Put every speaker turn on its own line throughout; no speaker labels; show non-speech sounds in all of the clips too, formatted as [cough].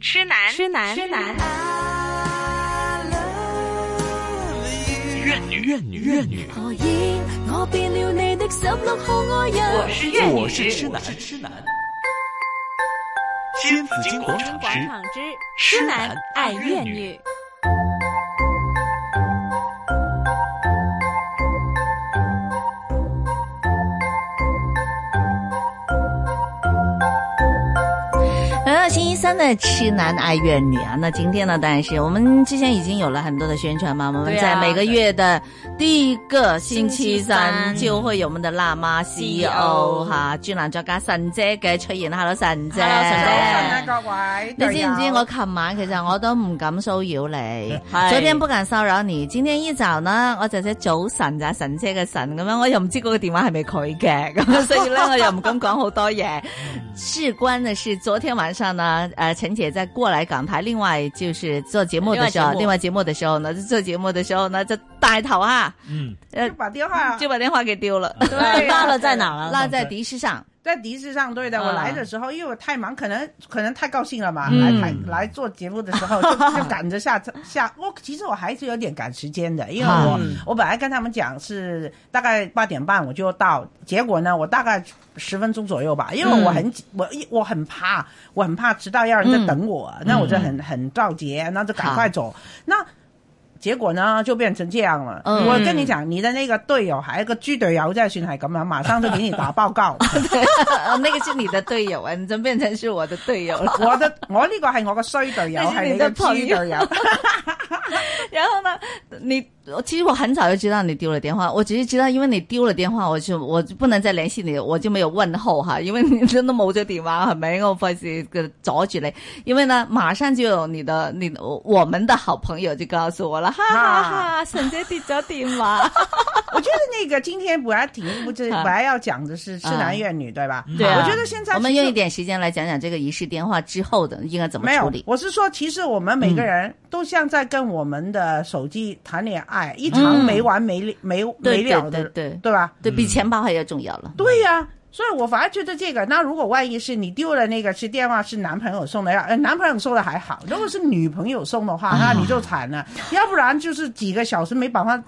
痴男，
痴男，
痴男，
怨女，怨女，怨女。
何以我變了你的十六號愛
我
人？
是怨女，
我是痴男，是痴男。金紫荆广场
广
之
场之
痴
男
男
爱
爱
怨
怨
女
女。
来到呃星期三的痴男爱怨女啊，那今天呢，当然是我们之前已经有了很多的宣传嘛，我们
对啊
在每个月的第一个星期
星
三
期三
就会有我们的辣妈 E
CEO
CEO 吓，專欄作家神姐嘅出現，Hello 神姐
Hello，神姐
早晨啊，各
你
位。
知唔知我琴晚其實我都唔敢騷擾你，
[laughs] 係
昨天不敢騷擾你，今天依早呢，我就寫早晨就係神姐嘅神咁樣，我又唔知嗰個電話係咪佢
[laughs]
嘅，咁所以咧我又唔敢講好多嘢。事關的是昨天晚上呢，呃，陳姐在過來港台，另外就是做節目的時候，
另
另
外
外節目的時候呢，就做節目的時候呢，就大頭
[laughs]
啊，
嗯，
呃
就，把电话
就把電話給丟了，
对
落了在哪儿
落
了？
在的士上。 [laughs]
在的士上，对的。
啊
我来的时候，因为我太忙，可能可能太高兴了嘛，
嗯
来台来做节目的时候就就赶着下下。我其实我还是有点赶时间的，因为我
嗯
我本来跟他们讲是大概八点半我就到，结果呢，我大概十分钟左右吧，因
嗯
为我很我我很怕，我很怕迟到要人在等我，那我就很
嗯
很着急，那就赶快走。那結果呢就變成這樣了。
嗯
我跟你講，你的那個隊友還有一個豬隊友真係算係咁樣，馬上就給你打
[laughs]
報告。
哦那個是你的隊友啊，你怎麼變成是我的隊友了？
我的我呢個係我個衰隊友，
你是
係
你
你
的
個
朋友
豬隊友。
然后呢，你我其实我很早就知道你丢了电话，我只是知道因为你丢了电话，我就我就不能再联系你，我就没有问候哈，因为你 [laughs] 真的冇咗电话，系咪？我费事个阻住你，因为呢，马上就有你的你我我们的好朋友就告诉我了，哈哈
啊
哈，沈姐跌咗电
[laughs]
话，
我覺得那個今天本來題
[laughs]
目就是
啊
本來要講的是痴男怨女，對吧？
对啊
我覺得現在
嗯我们
其實
用一點时间来讲讲这个遗失电话之后的应该怎么
没
处
有
理，。嗯
我是说，其实我们每个人都像在跟我们的手机谈恋爱，一场
嗯
没完没了没
对
没了
对
的，
对对
对吧？
对比钱包还要重要了。
对呀、所以我反而觉得这个，那如果万一是你丢了那个是电话是男朋友送的，要呃男朋友送的还好，如果是女朋友送的
哎
话，那你就惨了，要不然就是几个小时没把他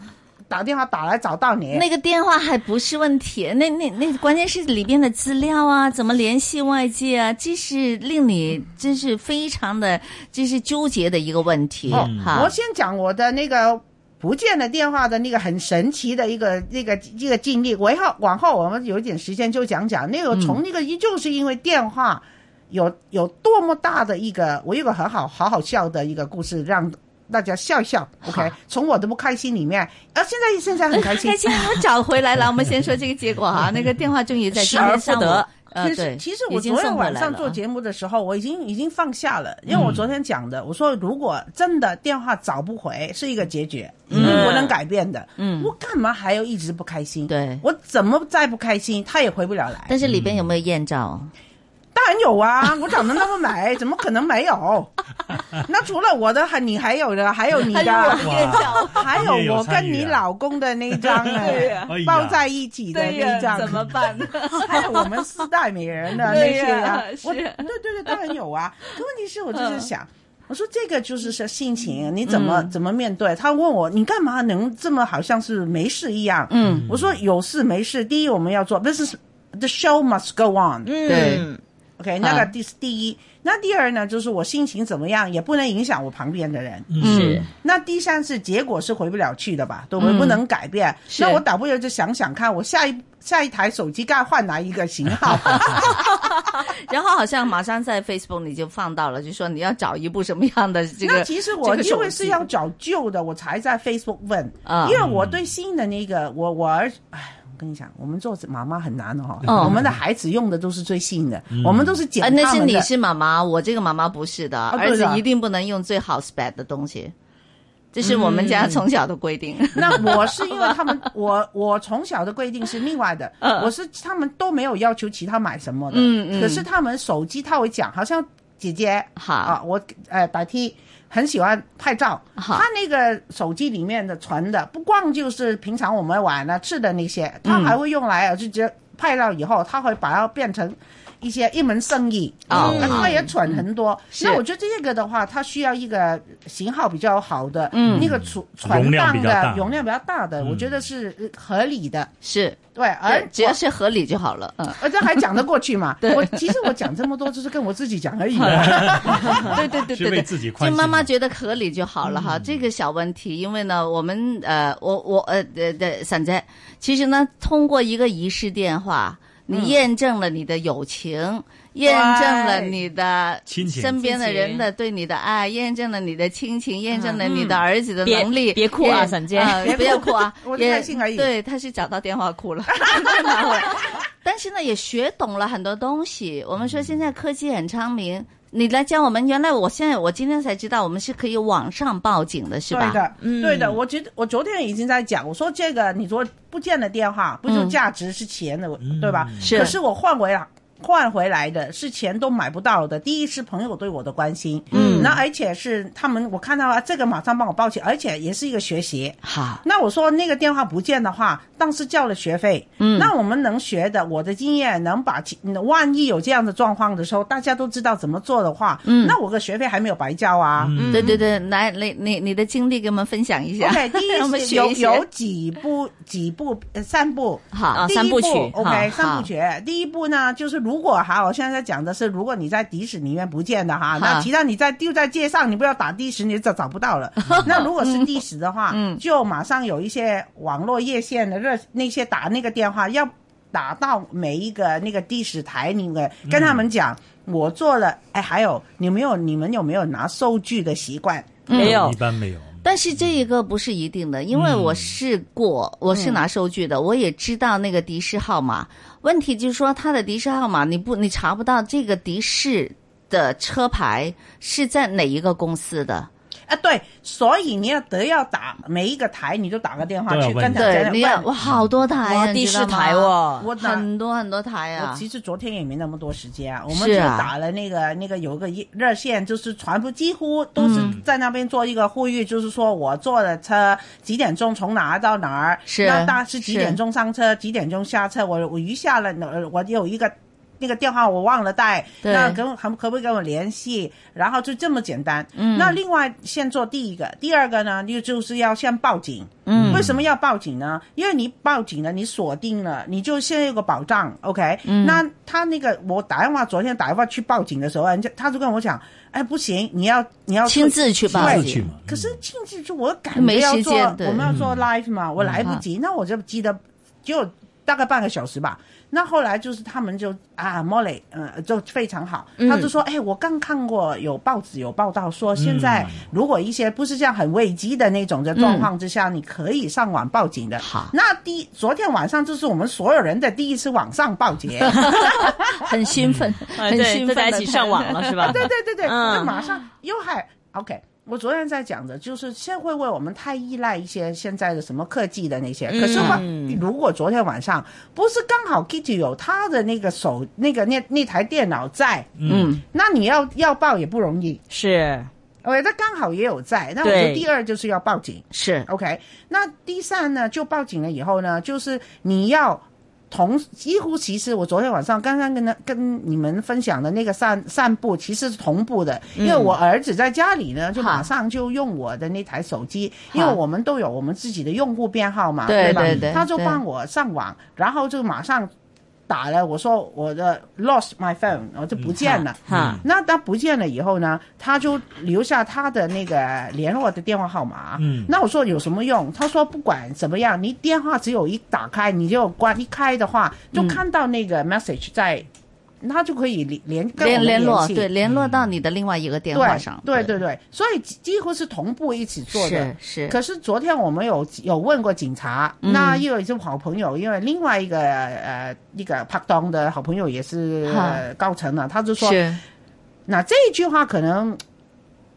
打电话打来找到你。
那个电话还不是问题，那那那关键是里边的资料啊，怎么联系外界啊，这是令你真是非常的，这是纠结的一个问题
哦
哈
我。先讲我的那个不见了电话的那个很神奇的一个那个一个经历。我以后往后我们有一点时间就讲讲那个从那个一就是因为电话有有多么大的一个，我有个很好好好笑的一个故事让。大家笑一笑，OK？从我的不开心里面，啊，现在现在很开心
开，心，我找回来了。我们先说这个结果哈，那个电话终于在今天上
失而复
午
得，
呃，
啊其实
对，
其实
已
我
经
昨天
送回来
晚上做
了啊
节目的时候，我已经已经放下了，因为我昨天讲的，我说如果真的电话找不回是一个结局，嗯、我能改变的，
嗯
我干嘛还要一直不开心？
对
我怎么再不开心，他也回不了来。
但是里边有没有艳照？
当然有啊，我长得那么美，怎么可能没有？ [laughs] 那除了我的，还你还有的，还有
哎
你的。
哇，
还
你也
有
有
我
参
跟
与啊
你老公的那一
[laughs]
张
对
哎
呀
哎呀，
抱在一起的那一张，
怎么办？
[laughs] 还有我们四代美人的那些啊
对呀，是
我对对对，当然有啊。可问题是我
嗯
就是想，我说这个就是是性情，你怎么、怎么面对？他问我你干嘛能这么好像是没事一样？
嗯，
我说有事没事，第一我们要做，这是 the show must go on、
对，
嗯 OK，那
嗯
个第第一，那第二呢，就是我心情怎么样，也不能影响我旁边的人。
嗯，
那第三是结果是回不了去的吧，对不对？
嗯
不能改变。
是
那我倒不如就想想看，我下一下一台手机该换哪一个型号？
然后好像马上在 Facebook 你就放到了，就说你要找一部什么样的这
那
个，
其实我
这个手机
因为是要找旧的，我才在 Facebook 问，
啊
因为我对新的那个，我我儿，哎，我跟你讲，我们做妈妈很难的哈、
嗯
我们的孩子用的都是最新的，我们都是捡
啊，
他们的。啊
那是你是妈妈，我这个妈妈不是的，
对
儿子
的
一定不能用最好 spec 的东西，这是我们
嗯
家从小的规
[laughs]
定。
那我是因为他们，我我从小的规定是另外的，我是他们都没有要求其他买什么的，
嗯嗯
可是他们手机他会讲，好像姐姐
好
啊，我呃打 T 很喜欢拍照，
好
他那个手机里面的存的不光就是平常我
嗯
呃们玩啊吃的那些，他还会用来啊就直接拍到以后，他会把它变成。一些一门生意嗯
哦嗯
那它也蠢很多。
是
那我觉得这个的话，它需要一个型号比较好的，
嗯
那个存存
容量
档
比较大
的容量比较大的，
嗯
我觉得是呃合理的。
是，
对，而
对只要
我呃
是合理就好了。嗯，
而这还讲得过去嘛？
[laughs] 对
我其实我讲这么多，就是跟我自
[laughs]
己讲而已嘛。，
对对对
是
对
为
对。
自己宽
就
心。
妈妈觉得合理就好了哈，这个小问题，因为呢，我们呃，我我呃的的沈姐，其实呢，通过一个仪式电话，你验证了你的友情，验证了你的
亲情
身边的人的对你的爱，验证了你的亲情，验证了你的儿子的能力。
别别哭啊
也
沈姐
呃不要哭啊
我
也
开心而已
对，他是找到电话哭了，真的好但是呢，也学懂了很多东西。我们说现在科技很昌明，你来教我们。原来我现在我今天才知道，我们是可以网上报警的，是吧？嗯
对的，对的。我觉得我昨天已经在讲，我说这个你说不见的电话，不就价值是钱的，
嗯
对吧？
嗯是
可是我换回来。换回来的是钱都买不到的。第一是朋友对我的关心，嗯，那而且是他们，我看到啊，这个马上帮我报起，而且也是一个学习。
好，
那我说那个电话不见的话，当时交了学费，
嗯
那我们能学的，我的经验能把其，万一有这样的状况的时候，大家都知道怎么做的话，
嗯
那我的学费还没有白交啊，
嗯
对对对，来，你你你的经历给我们分享一下。 [laughs]
OK，第
让我们
一是
学
有
一学
有几部几部呃三部。
好
啊
第一
三部曲
，OK，
好
三部曲。第一部呢，就是如果哈，我现在讲的是，如果你在迪士尼里面不见的哈，那
好
其他你在丢在街上，你不要打的士，你就找不到了。那如果是的士的话，
嗯
就马上有一些网络热线的热那些打那个电话，要打到每一个那个的士台里面，跟他们讲、我做了。哎，还有你没有，你们有没有拿收据的习惯？
没有
一般没有。
但是这一个不是一定的，因为我试过，我是拿收据的，我也知道那个的士号码。问题就是说，他的的士号码你不你查不到这个的士的车牌是在哪一个公司的，
啊，对，所以你要得要打每一个台，你就打个电话
都要
去
问
跟
一
他
下
讲
对，
讲。
你看哇，好多台
哇
啊，
第
你知道
四台
吗
哦，
我打，
很多很多台
我
啊，
其实昨天也没那么多时间啊，我
是
们就
啊
打了那个那个有个一热线，就是全部几乎都是
嗯
在那边做一个呼吁，就是说我坐的车几点钟从哪儿到哪儿，
是
那大是几
是
点钟上车，几点钟下车，我我余下了呃我有一个。那个电话我忘了带，
对
那跟可可不可以跟我联系？然后就这么简单。
嗯
那另外先做第一个，第二个呢，就就是要先报警。
嗯
为什么要报警呢？因为你报警了，你锁定了，你就现在有个保障，OK？、那
嗯
他那个我打电话，昨天打电话去报警的时候，人家他就跟我讲，哎，不行，你要你要
亲自去报
自
对
己去
警，
嘛。
可是亲自去，我赶
没
着要
时
做，
间对嗯
我们要做 live 嘛，我来不及，那我就记得就大概半个小时吧。那后来就是他们就啊，Molly，嗯、呃，就非常好，
嗯
他就说，哎，我刚看过有报纸有报道说，现在如果一些不是像很危机的那种的状况之下，你可以上网报警的。
好
那第一昨天晚上就是我们所有人的第一次网上报
[laughs]
捷。
很兴奋，
啊
很
对，
兴
大
奋，
家一起上网。了是吧？
[laughs] 对对对对，
嗯
那马上又还 OK。我昨天在讲的，就是现会为我们太依赖一些现在的什么科技的那些。
嗯
可是话，如果昨天晚上不是刚好 Kitty 有他的那个手那个那那台电脑在，
嗯，
那你要要报也不容易。
是
OK，他刚好也有在，那我
对
就第二就是要报警。
[laughs] 是
OK，那第三呢，就报警了以后呢，就是你要同几乎其实我昨天晚上刚刚跟他跟你们分享的那个散散步其实是同步的，
嗯
因为我儿子在家里呢，就
好
马上就用我的那台手机，
好
因为我们都有我们自己的用户编号嘛，
对
吧？
对对
他就
对
帮我上网，然后就马上。打了，我说我的 lost my phone，我就不见了。
哈，
那他不见了以后呢，他就留下他的那个联络的电话号码。
嗯
那我说有什么用？他说不管怎么样，你电话只有一打开，你就关一开的话，
嗯
就看到那个 message 在，他就可以联联跟我
联
们
联络，
系嗯
对，联络到你的另外一个电话上，
对对对对，所以几几乎是同步一起做的。
是是。
可是昨天我们有有问过警察，
嗯
那又有一些好朋友，因为另外一个呃一个拍档的好朋友也是、
哈
呃高层啊，他就说
是
那这一句话可能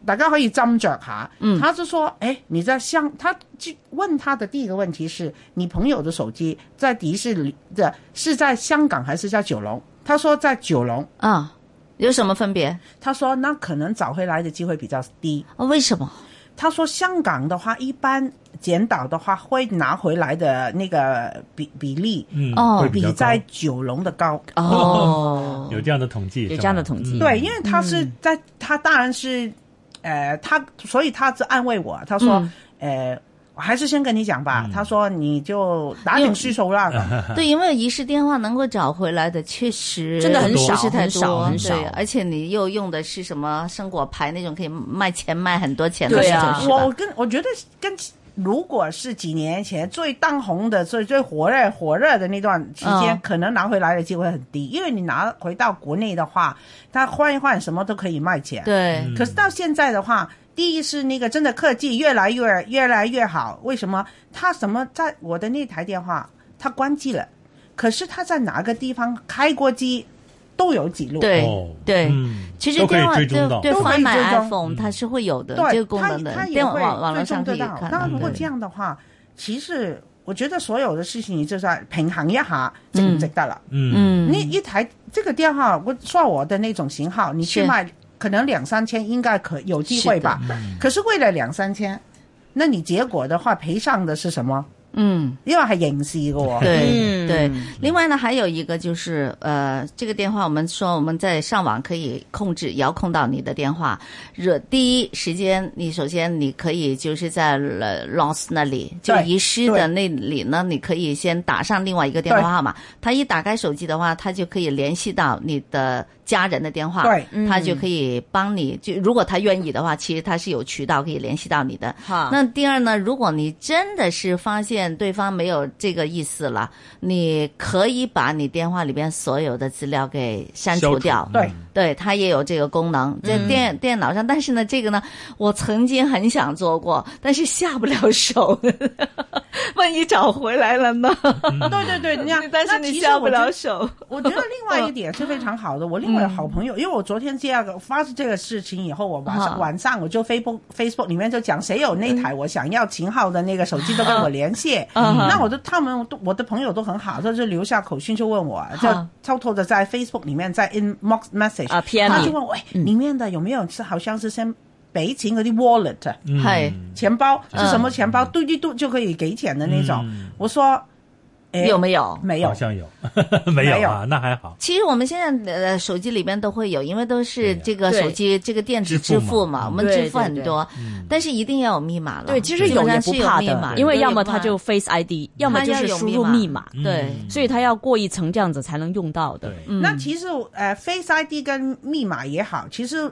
大家可以斟酌下。
嗯
他是说，哎，你在香，他就问他的第一个问题是你朋友的手机在迪士尼的是在香港还是在九龙？他说在九龙。
啊，有什么分别？哦
他说那可能找回来的机会比较低。
啊为什么？
他说香港的话，一般检讨的话，会拿回来的那个比比例，
嗯，
哦
会比较
比
高
在九龙的高。
哦，
[laughs] 有这样的统计，
有
是吧
这样的统计
嗯
对，因为他是在，他当然是，呃，他所以他是安慰我，他说，呃，我还是先跟你讲吧。
嗯
他说你就打点需求量吧，
对，因为遗失电话能够找回来的，确实
真的很少
不是太
很少很少
对而且你又用的是什么生果牌那种可以卖钱卖很多钱的
对
那
啊
种，是吧
我跟我觉得跟如果是几年前最当红的、最最火热火热的那段时间，
嗯
可能拿回来的机会很低，因为你拿回到国内的话，它换一换什么都可以卖钱。
对，
嗯
可是到现在的话，第一是那个真的科技越来越越来越好，为什么？它什么在我的那台电话它关机了，可是它在哪个地方开过机都有记录。
对
哦
对
嗯
其实
都可以
电话
追踪到
对对
都可以
翻买
追踪
iPhone 它是会有的
嗯对，
这个功
它
能的
它，也
电
会
网网络
追踪
上可
得
以
到。
看
那
到。
如果
对
这样的话，其实我觉得所有的事情你就是要平衡一下，值不值得了？
嗯
嗯，
你一台这个电话，我算我的那种型号，你去
是
卖可能两三千，应该可有机
是
会
的嗯
吧？可是为了两三千，那你结果的话赔上的是什么？
嗯，
因为系刑事嘅喎。
对
嗯
对。另外呢，还有一个就是呃，这个电话我们说我们在上网可以控制遥控到你的电话，惹第一时间你首先你可以就是在呃 lost 那里就
对
遗失
对
的那里呢，你可以先打上另外一个电话号码，他一打开手机的话，他就可以联系到你的家人的电话，
对
他就可以帮你，就如果他愿意的话，其实他是有渠道可以联系到你的。
啊
哈，
那第二呢，如果你真的是发现对方没有这个意思了，你可以把你电话里边所有的资料给删除掉。
对
对，它也有这个功能，
嗯
在电、电脑上。但是呢，这个呢，我曾经很想做过，但是下不了手。 [laughs] 万一找回来了呢？
对对对，
[laughs]
你看，
但是
那
嗯你
其实
下不
我觉
了
得
手。
我觉得另外一点是非常好的。
嗯
我另外有好朋友，因为我昨天这个发生这个事情以后，我晚
啊
上晚上我就 Facebook Facebook 里面就讲谁有那台我想要型号的那个手机都跟我联系。
嗯
那我的他们都我的朋友都很好，他就留下口讯就问我，就
啊
偷偷的在 Facebook 里面在 inbox message
啊，PM
他
你
就问我，喂，
嗯
里面的有没有是好像是先俾钱嗰啲 wallet 啊
嗯
嗨
钱包是
嗯
什么钱包，嘟嘟嘟就可以给钱的那种
嗯。
我说，哎，
有没有？
没有
好？像有， [laughs] 没有啊，那还好。
其实我们现在呃手机里边都会有，因为都
对
是
呀
这个
对
手机这个电子
支
支
付嘛
付嘛，
嗯
我们支付很多，
嗯
但是一定要有密码了。
对，其实有也不怕
基本上是有密码
的，因为要么
有
他就 Face ID，要么就是输
它要有
入
密
密码，
对
嗯
所以他要过一层这样子才能用到的
对。，
那其实呃，Face ID 跟密码也好，其实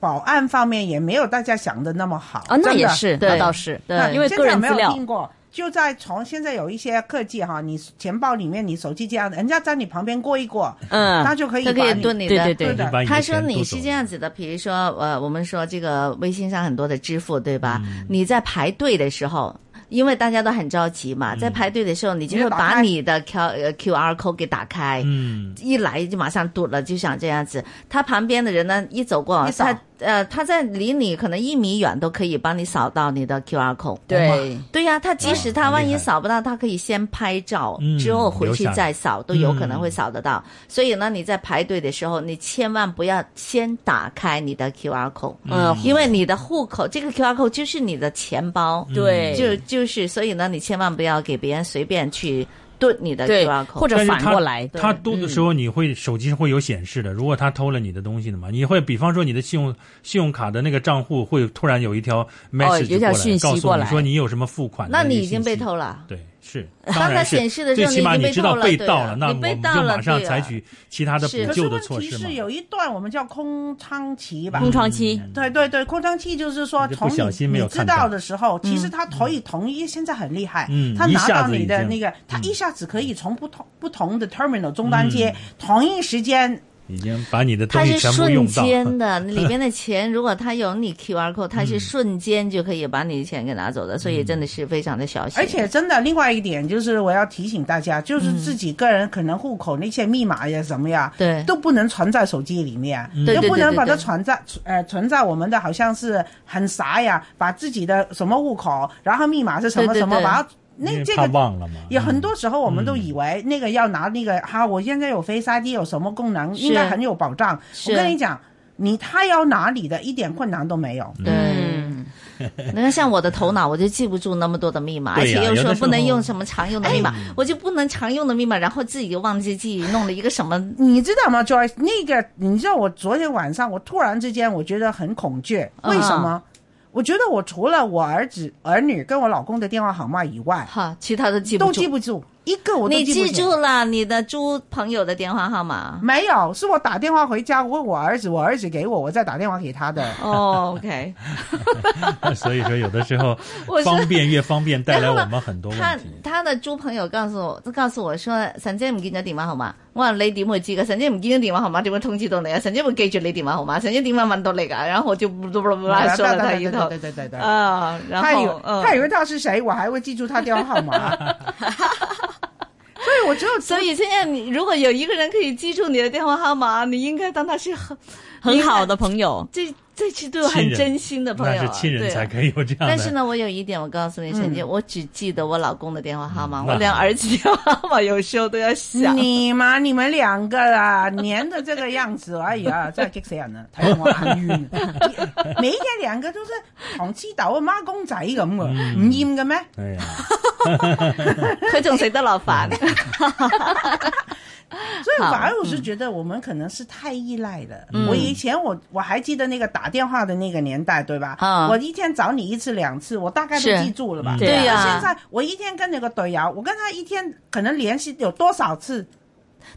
保安方面也没有大家想的那么好
啊，那
真的
也是，
对
那倒是，
对
因为
真
个
的
人
没
资
有
料
听过。就在从现在有一些科技哈，你钱包里面你手机这样的，人家在你旁边过一过，
嗯
他就可以
他可
把
以
你
蹲你的。
对对
对
对，
的
把的
他
钱
说
都
你是
走
这样子的，比如说呃，我们说这个微信上很多的支付，对吧？
嗯
你在排队的时候。因为大家都很着急
嗯
嘛，在排队的时候，你就会
你就打
把
开
你的 Q 呃 QR code 给打开，
嗯，
一来就马上堵了，就想这样子。他旁边的人呢，一走过
一，扫
他呃，他在离你可能一米远都可以帮你扫到你的 QR code。
对，
对呀、他即使
哇
他
很
万
厉
一
害
扫不到，他可以先拍照，
嗯
之后回
留
去
下来
再扫，都有可能会
嗯
扫得到。所以呢，你在排队的时候，你千万不要先打开你的 QR code，
嗯
因为你的户口这个 QR code 就是你的钱包，
对，
就就是，所以呢，你千万不要给别人随便去蹲你的
对
QR，code，
或者
但是
反
他
过来，
他多
嗯
的时候你会手机上会有显示的。如果他偷了你的东西的嘛，你会比方说你的信用信用卡的那个账户会突然有一条
哦
message
有条
过来
讯息
告诉
过
你
来
说你有什么付款的
那
那
你
些
已经
信
被
息
偷了。
对，
[laughs]
是。
当
当
它
然
显
是，
示的时
最
候
起
你
码
已经
你
被
知
盗
道
了
被
对
盗
啊
了，那我
你被
们就
盗了
马上
对啊
采取其他的
是
补
可是
救的
问
措
题
施嘛
是。有一段我们叫空窗期吧，
空窗期，
对对对，空窗期就是说
嗯你就
从
不
你
小心没有
你知
看到
道的时候，其实他可以同意，现在很厉害，
嗯
他
一
拿
下
到
子
你
已
的
经嗯
那个，他一下子可以从不同不同的 terminal 终端接同一时间，
已经把你的东
它
西
是
全部用到。
瞬
嗯
间的，里边的钱如果它有你 QR code，它是瞬间就可以把你的钱给拿走的，所
嗯
以真的是非常的小心。
而且真的，另外一点就是我要提醒大家，就是自己个人可能户口那些密码呀什么
嗯
呀，
对
都不能存在手机里面，
对
都
对
不
对
能
对
把它
对
存在呃存在我们的好像是很傻呀，把自己的什么户口，然后密码是什么
对对
什么，
对
把它
因为
那这
怕
个
忘了嘛，嗯
有很多时候我们都以为那个要拿那个哈、我现在有 Face ID 有什么功能，
是
应该很有保障。
是
我跟你讲，你他要哪里的一点困难都没有。嗯
[laughs] 对。你看，像我的头脑，我就记不住那么多的密码，而
对呀
且又
有的
说
时候哎
不能用什么常用的密码，我就不能常用的密码，然后自己就忘记记，弄了一个什么，
你知道吗，Joyce？那个，你知道我昨天晚上，我突然之间我觉得很恐惧，为什么？我觉得我除了我儿子、儿女跟我老公的电话号码以外，
哈，其他都记不
都
住。
记不住一个，我都
你
记不
记住了你的猪朋友的电话号码。
没有，是我打电话回家，我问我儿子，我儿子给我，我再打电话给他的。
哦，OK、
所以说有的时候
我是
方便越方便带来
然后呢
我们很多
o k
问
他
题。
他的猪朋友告诉我，告訴我說，神姐唔見咗電話號碼。我話你點會知嘅？神姐唔見咗電話號碼點會通知到你啊？神姐會記住你電話號碼，神姐點樣揾到你㗎？然後我就不不不不
对
說了他一
对
套
对对对对。
啊，然
他以为
後嗯
他以为他是谁，我还会记住他电话号 [laughs] 码。所以我只有
所以现在你如果有一个人可以记住你的电话号码，你应该当他是很
很好的朋友，
这这是对我
亲
很
人
真心的朋友、
那
啊，
是亲人
对啊
才可以有这样的。
但是呢，我有一点，我告诉你，沈姐，我只记得我老公的电话号码，我连
那好
儿子电话号码有时候都要想。
你嘛，你们两个啊，黏的这个样子，哎呀，真系激死人啊！睇到我眼冤，啊 [laughs] 每一日兩個都真係糖黐豆啊，孖公仔咁啊，唔厭嘅咩？
哎呀，
佢仲食得落飯，
所以
好嗯
反而我是觉得我们可能是太依赖了。我以前我我还记得那个打电话的那个年代，对吧？
啊
我一天找你一次两次，我大概都
是
记住了吧？
嗯
对呀
那现在我一天跟那个队友，我跟他一天可能联系有多少次？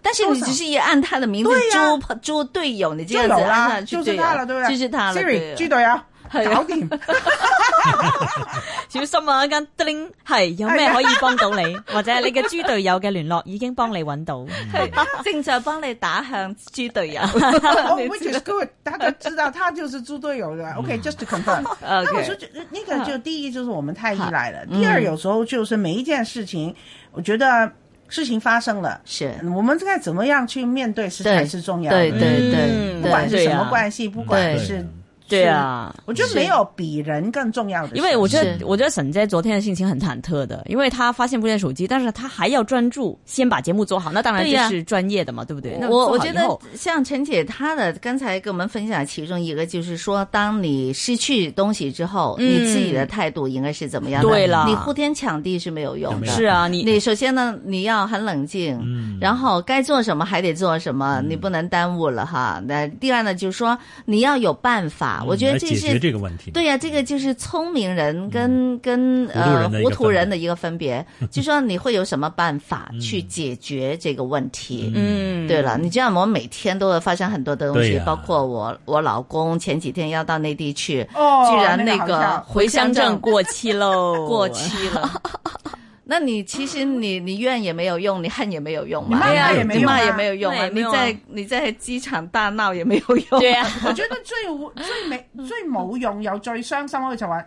但是你只是一按他的名字
对，呀
猪朋猪队友，你这样
就有
子按
啦，
上去，
啊就是
呀
他了，对不对？
就是他了，对
Siri 猪
呀。
队友，
係啊 [laughs]
搞掂。
小心啊！一間叮係有咩可以幫到
[laughs]
你，或者你嘅豬隊友嘅聯絡已經幫你揾到。
係正在幫你打向豬隊
[laughs]
友。
哦
你
，which
知道
is good，大家知道他就是猪队友的。OK，just to
[laughs]
confirm。那我
嗯 OK 嗯
说就那个就第一就是我们太依赖了，第二有时候就是每一件事情，我觉得事情发生了，
是
我们该怎么样去面对是
对
才是重要
对
的。
对
嗯
对，
不管是
对
什么
呀
关系，不管
对
是
對啊，
我觉得没有比人更重要的事。
因为我觉
是
得，我觉得沈姐昨天的心情很忐忑的，因为她发现不见手机，但是她还要专注，先把节目做好。那当然
对
就
呀
是专业的嘛，对不对？那
我
做
我
好
觉
以
得
后
像陈姐她的刚才跟我们分享其中一个就是说，当你失去东西之后，
嗯
你自己的态度应该是怎么样的？
对了
你呼天抢地是没有用
没
的。
有
是啊，你
你首先呢，你要很冷静，
嗯
然后该做什么还得做什么，你不能耽误了哈。那第二呢，就是说你要有办法， [laughs] 我觉得
嗯来
这
解决
是
这个问题。
对呀、这个就是聪明人跟、跟
糊涂
呃
人的一个
嗯糊涂
分别
人的一个分 [laughs] 别，嗯就说你会有什么办法去解决这个问题。
嗯，
对了，你这样我每天都会发生很多的东
对
西，
呀
包括我我老公前几天要到内地去，
哦，
居然
那
那
好
个
笑
回乡证过期
[laughs]
喽，
过期了。那你其实 [laughs] 你你怨也没有用，你恨也没有用嘛，
你骂
他也没用啊
你骂也没有用
那
啊，
也没
你
有啊
在你在机场大闹也没有用。
对啊，
我覺得最無最美
嗯
最冇用又最傷心嗰句就話：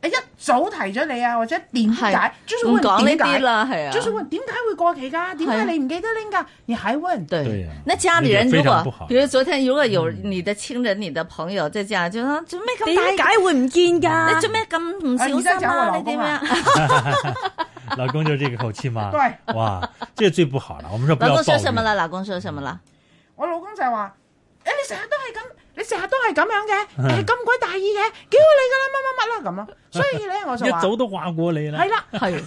哎一早提咗你啊，或者點
係
解？就是
唔講呢
問點解
啲？啦，係啊，
就是問點解會過期㗎？點解你唔記得拎㗎？你還問？
对
对呀
那家里人
那个
如
非常不
果
好，嗯
比如昨天如果有你的亲人、你的朋友在家，就说做咩咁
[laughs] 點
大，
解會唔見㗎？
你做咩咁唔
啊你
小
在
心
讲我
啊？
老
你
公
点
啊
样？
[laughs] 老公就这个口气吗？
对，
哇，这最不好了。我们说不
老
要
公
抱
说
怨。
什么了？老公说什么了？
我老公就係話：誒你成日都係咁，你成日都係咁樣嘅，誒咁鬼大意嘅，叫你㗎啦，乜乜乜啦咁咯。所以咧，我就
一
話
早都話過你啦。
[laughs] 係啦，
系，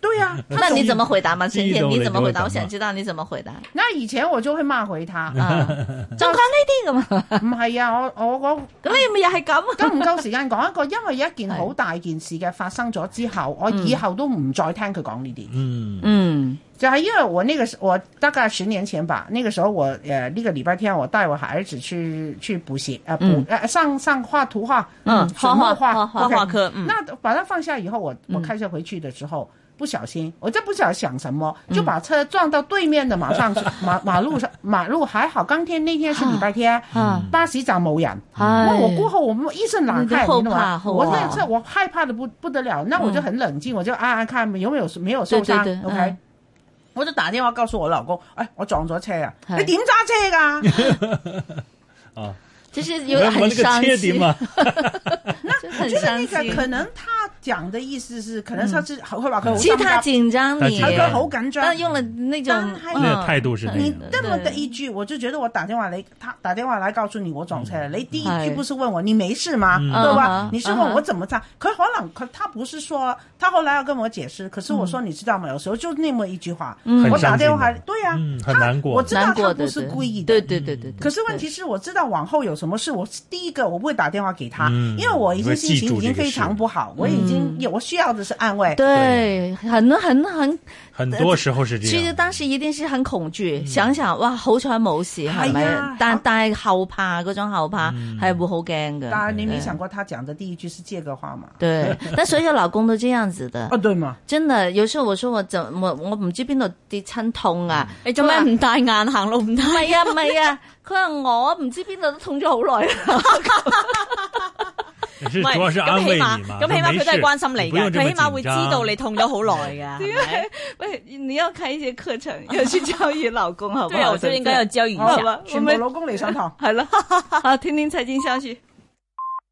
對啊。
那你怎么回答嘛？陈姐，
激动了
你怎么
嗯你就
回
会
答？
讲
我想知道你怎么回答。
那以前我就會罵回他，
啊，
嗯
仲講呢啲
[laughs]
咁啊？
唔係啊，我我我
咁你咪又係咁啊？
夠唔夠時間講一個？因為有一件好大件事嘅發生咗之後，我以後都唔再聽佢講呢啲。
嗯，
嗯，
就係因為我那個時我大概十年前吧，那個時候我呃那個禮拜天我帶我孩子去去補習，呃補、
嗯
呃上上畫圖畫，
嗯
水墨
畫畫
畫
畫
OK
畫課嗯
那把它放下以後，我我開車回去的時候。不小心，我真不晓得想什么，就
嗯
把车撞到对面的马上 [laughs] 去马马路上马路还好，当天那天是礼拜天，
啊，
巴士站冇人，
哎
那我过后，我们一身冷汗，
你就后
你知道
怕
吗？
后
我
怕
那次我害怕的不不得了，那我就很冷静，我就啊啊看有没有没有受伤
嗯对对对
，OK
嗯。
我就打電話告訴我老公，哎，我撞咗車啊！
係
你點揸車
[laughs]
㗎？
就是有
我们
点很
那个
伤
缺
心 [laughs]
点，嘛，啊
就很
就是
伤
那
心
個。可能他讲的意思是，可能他是好会把佢
知他紧张
但
你，
其實
佢好緊張
但用了那种
但係
那個態度 [laughs] 是那
你
樣
嗯
的
那么的一句，我就觉得我打电话来，他打电话来告诉你我撞车了。你第一
是
句不是问我你没事吗？
嗯
对
嗯
吧
哼？
你是问我怎么擦？可可能可他不是说，他后来要跟我解释，可是我说你知道吗？有时候就那么一句话，
嗯很
我打
伤心
电话
的，
对呀
嗯，很
他
难过
我知道
难过
他
的，
不是故意的
对，对对对对。
可是问题是我知道往后有什么事，我第一个我不会打电话给他，
嗯
因为我已经
你会
心
记
情
住
已经
这个
非
事嗯
常不好，我已经有我需要的是安慰。
对，很很很，
很多时候是这
其實
样。
當時一定是很恐懼，想想哇，好彩冇事係
係
咪
啊？
但但係後怕嗰種後怕係會好驚
当
嘅。
啊然，你
嗯
没想过他讲的第一句是这个话吗？
對，但所有老公都這樣子的
啊，，对吗？
真的。有時候我說我就我我唔知邊度跌親痛啊，
你做咩唔戴眼行路唔戴
唔？係啊，唔係啊， [laughs] 佢話我唔知邊度都痛咗好耐啦。 [laughs]
是
唔係
主要是安慰你嘛。
咁起碼咁起碼
沒
佢都係
事
關心你
不用
嘅，
這麼
佢起碼會知
緊張
道你痛咗好耐㗎。係咪
喂，你要開一些課程，要去教育老公，好
對啊，我就應該要教育一下。
吧
全部老公嚟上堂。
係啦，好，天天財經消息。